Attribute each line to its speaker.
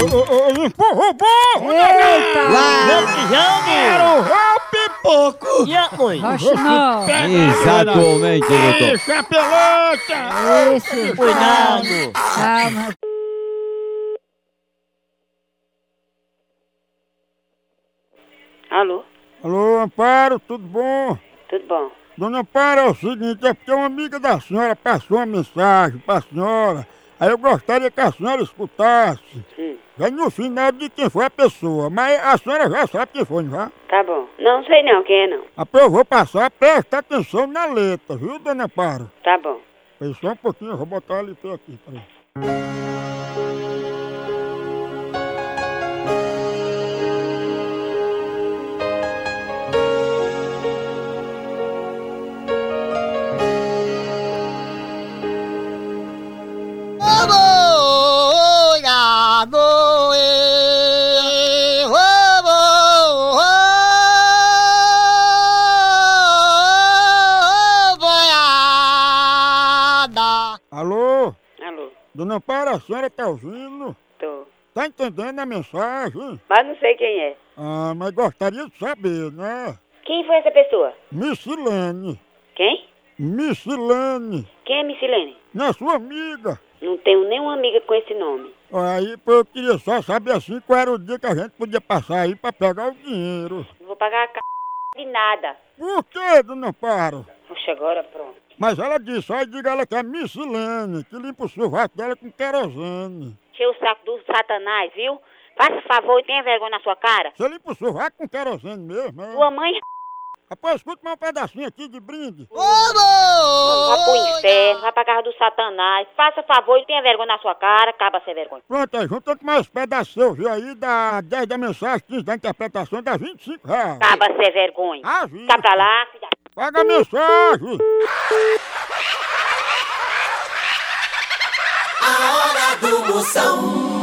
Speaker 1: empurra o burro, neném!
Speaker 2: Era o pipoco!
Speaker 1: E a mãe?
Speaker 3: Oxe, não.
Speaker 4: Exatamente, doutor.
Speaker 2: Isso é pelota!
Speaker 3: Esse.
Speaker 1: Cuidado!
Speaker 3: Calma.
Speaker 5: Alô,
Speaker 2: Alô, Amparo, tudo bom?
Speaker 5: tudo bom?
Speaker 2: Dona Amparo, é o seguinte, é porque uma amiga da senhora passou uma mensagem pra senhora. Aí eu gostaria que a senhora escutasse.
Speaker 5: Hum,
Speaker 2: Já no final de quem foi a pessoa, mas a senhora já sabe quem foi, não vai?
Speaker 5: tá bom. Não sei não quem é não.
Speaker 2: Ah, pô, eu vou passar, presta atenção na letra, viu, dona Amparo?
Speaker 5: Tá bom.
Speaker 2: Espera só um pouquinho, eu vou botar a letra aqui, peraí. Alô?
Speaker 5: Alô,
Speaker 2: Dona Amparo, a senhora tá ouvindo?
Speaker 5: tô.
Speaker 2: Tá entendendo a mensagem?
Speaker 5: Mas não sei quem é.
Speaker 2: Ah, mas gostaria de saber, né?
Speaker 5: Quem foi essa pessoa?
Speaker 2: Missilene,
Speaker 5: Quem?
Speaker 2: Missilene,
Speaker 5: Quem é Missilene?
Speaker 2: na sua amiga.
Speaker 5: Não tenho nenhuma amiga com esse nome.
Speaker 2: Aí pô, eu queria só saber assim qual era o dia que a gente podia passar aí pra pegar o dinheiro.
Speaker 5: Não vou pagar a c... de nada.
Speaker 2: Por quê, dona Amparo?
Speaker 5: Poxa, agora pronto.
Speaker 2: Mas ela disse, aí diga ela que é Missilene, que limpa o sovaco dela com querosene.
Speaker 5: Encheu o saco do satanás, viu? Faça favor e tenha vergonha na sua cara.
Speaker 2: Você limpa o sovaco com querosene mesmo,
Speaker 5: Sua
Speaker 2: é?
Speaker 5: mãe
Speaker 2: Rapaz, escuta mais um pedacinho aqui de brinde.
Speaker 5: vá pro inferno, vá pra casa do satanás. Faça favor e tenha vergonha na sua cara. Acaba sem vergonha.
Speaker 2: Pronto, aí junta com mais pedaço, viu aí, da 10 da mensagem, 15 da interpretação, dá 25 reais.
Speaker 5: Acaba sem vergonha.
Speaker 2: Ah, viu?
Speaker 5: Tá pra lá, filha.
Speaker 2: Paga a mensagem!
Speaker 6: A hora do Moção.